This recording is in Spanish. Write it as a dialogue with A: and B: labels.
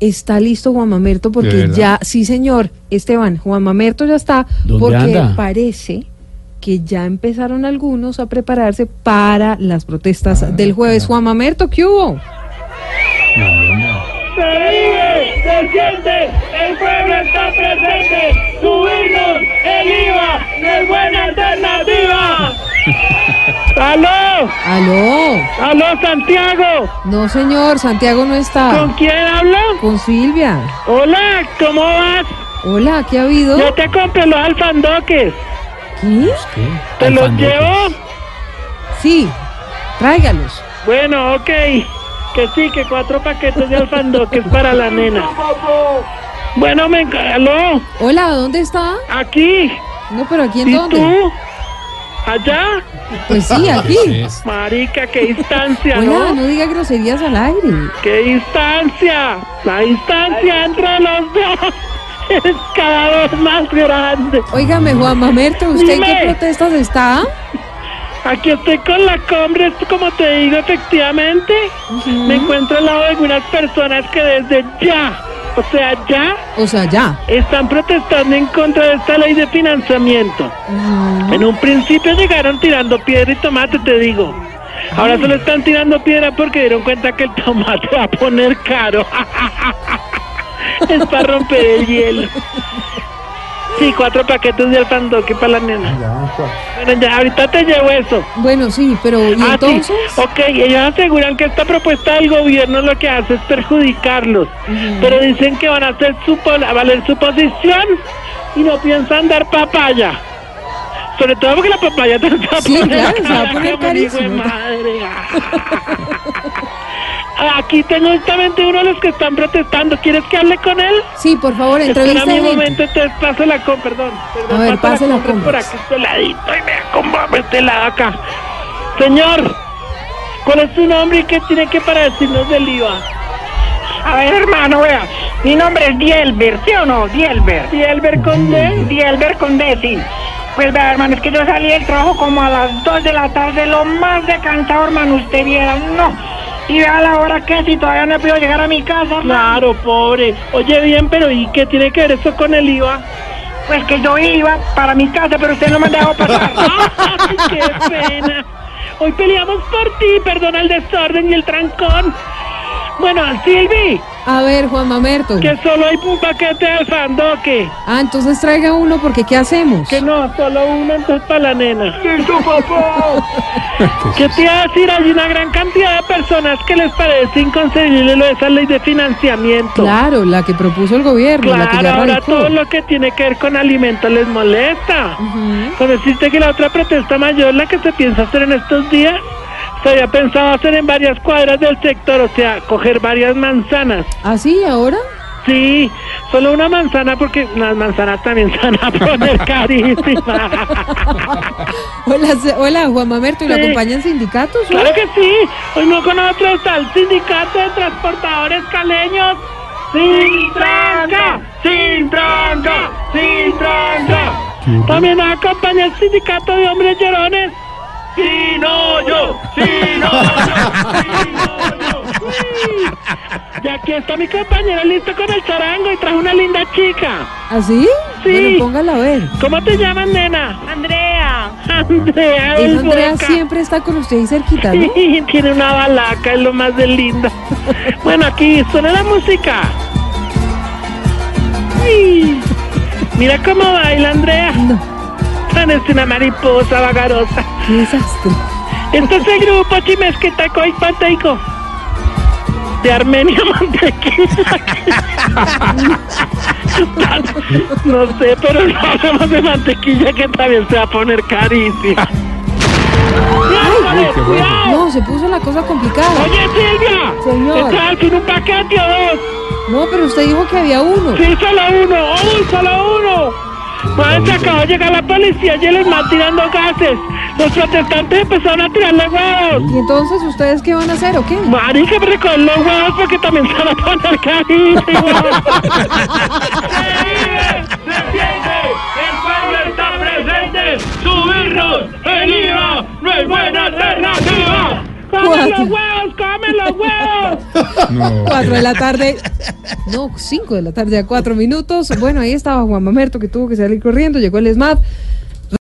A: está listo Juan Mamerto porque
B: verdad?
A: ya, sí señor, Esteban, Juan Mamerto ya está
C: ¿Dónde
A: porque
C: anda?
A: parece que ya empezaron algunos a prepararse para las
C: Ah,
A: protestas del jueves. Juan Mamerto, ¿qué hubo?
D: ¡Se vive! ¡Se siente! ¡El pueblo está presente! ¡Subirnos el IVA! ¡No es buena alternativa! ¡Aló!
A: ¡Aló!
D: ¡Aló, Santiago!
A: No señor, Santiago no
D: ¿Con
A: está.
D: quién hablo?
A: Con Silvia.
D: Hola, ¿cómo vas?
A: Hola, ¿qué ha habido?
D: Yo te compré los alfandoques.
A: ¿Qué?
C: ¿Qué?
D: ¿Te los
C: Alfandotes.
D: llevo?
A: Sí, tráigalos.
D: Bueno, ok. Que sí, que cuatro paquetes de alfandoques para la nena. Bueno, me enc- aló,
A: Hola, ¿dónde está?
D: aquí.
A: No, pero aquí en
D: ¿Y
A: dónde?
D: tú? ¿Allá?
A: Pues sí, aquí.
C: Ah, Es-
D: Marica, qué distancia,
A: Hola,
D: ¿no?
A: no diga groserías al aire.
D: ¡Qué distancia! La distancia entre los dos es cada vez más grande.
A: Óigame, Juan Mamerto, ¿usted en qué
D: Dime.
A: protestas está?
D: Aquí estoy con la combre, esto como te digo, efectivamente, me encuentro al lado de algunas personas que desde ya, o sea, ya,
A: O sea, ya.
D: están protestando en contra de esta ley de financiamiento. En un principio llegaron tirando piedra y tomate, te digo. Ahora solo están tirando piedra porque dieron cuenta que el tomate va a poner caro. es para romper el hielo. Sí, cuatro paquetes de alfandoque para la nena. Bueno, ya, ahorita te llevo eso.
A: Bueno, sí, pero ¿y
D: Ah, sí.
A: entonces?
D: Ok, ellos aseguran que esta propuesta del gobierno lo que hace es perjudicarlos, pero dicen que van a hacer su pol- a valer su posición y no piensan dar papaya. Sobre todo porque la papaya te está
A: Sí, claro, se va a poner carísimo.
D: madre. Ah. Aquí tengo justamente uno de los que están protestando. ¿Quieres que hable con él?
A: Sí, por favor,
D: Espera
A: entrevista.
D: un momento, entonces paso la con, perdón. perdón,
A: A ver,
D: paso
A: pase la
D: compra
A: con.
D: Por aquí, este ladito, y vea cómo va este lado acá. Señor, ¿cuál es su nombre y qué tiene que para decirnos del IVA?
E: A ver, hermano, vea. Mi nombre es Dielber, ¿sí o no? Dielber.
D: Dielber con D.
E: Dielber con D, sí. Pues vea, hermano, es que yo salí del trabajo como a las 2 de la tarde, lo más de cansado, hermano, usted viera, no. Y vea la hora que es y todavía no he podido llegar a mi casa, hermano.
D: Claro, pobre. Oye, bien, pero ¿y qué tiene que ver eso con el IVA?
E: Pues que yo iba para mi casa, pero usted no me dejó pasar.
D: ¡Ay, qué pena! Hoy peleamos por ti, perdona el desorden y el trancón. Bueno, Silvi,
A: A ver, Juan Mamerto.
D: que solo hay un paquete de alfandoque.
A: Ah, entonces traiga uno porque ¿qué hacemos?
D: Que no, solo uno entonces para la nena.
E: ¡Eso, papá!
D: ¿Qué te iba a decir? Hay una gran cantidad de personas que les parece inconcebible lo de esa ley de financiamiento.
A: Claro, la que propuso el gobierno, la que
D: Claro,
A: ya
D: ahora
A: radicó.
D: todo lo que tiene que ver con alimentos les molesta.
A: Ujú.
D: Con decirte que la otra protesta mayor, la que se piensa hacer en estos días, se había pensado hacer en varias cuadras del sector, o sea, coger varias manzanas.
A: ¿Ah, sí, ahora?
D: Sí, solo una manzana porque las manzanas también se van a poner carísimas.
A: Hola, se- hola Juan Mamerto, ¿y lo
D: Sí.
A: acompañan sindicatos? ¿Ah, no?
D: Claro que sí, hoy no con otro está el sindicato de transportadores caleños. Sin tranca, sin tranca, sin tranca. También nos acompaña el sindicato de hombres llorones. Sin hoyo, sin hoyo, sin hoyo. Uy. Y aquí está mi compañero listo con el charango y trajo una linda chica.
A: ¿Ah, sí?
D: Sí.
A: Bueno, póngala a ver.
D: ¿Cómo te llamas, nena?
E: Andrea.
D: Andrea. del
A: Esa Andrea
D: Boca.
A: siempre está con usted ahí cerquita, ¿no?
D: Sí, tiene una balaca, es lo más de linda. Bueno, aquí suena la música. Ay, mira cómo baila Andrea.
A: No,
D: Parece una mariposa vagarosa.
A: qué desastre.
D: Este es el grupo Chimesquetaco y Pateico. De Armenia Mantequilla. No sé, pero no hablemos de mantequilla que también se va a poner carísima.
B: qué bueno.
D: ¡Cuidado!
A: No, se puso la cosa complicada.
D: Oye, Silvia.
A: Señor.
D: ¿Está haciendo un paquete o dos?
A: No, pero usted dijo que había uno.
D: Sí, solo uno. ¡Oh, solo uno! Madre, se acabó de llegar la policía y les van tirando gases. Los protestantes empezaron a tirarle huevos.
A: ¿Y entonces ustedes qué van a hacer o qué?
D: Marica, pero con los huevos porque también se van a poner cajitas. ¡Se vive! ¡Se siente! ¡El pueblo está presente! ¡Subirnos! ¡El IVA! ¡No hay buena alternativa! ¡Comen los
A: Cuatro.
D: huevos! ¡Comen los huevos!
B: No, no.
A: 4 de la tarde, no, 5 de la tarde a 4 minutos. Bueno, ahí estaba Juan Mamerto que tuvo que salir corriendo, llegó el SMAP.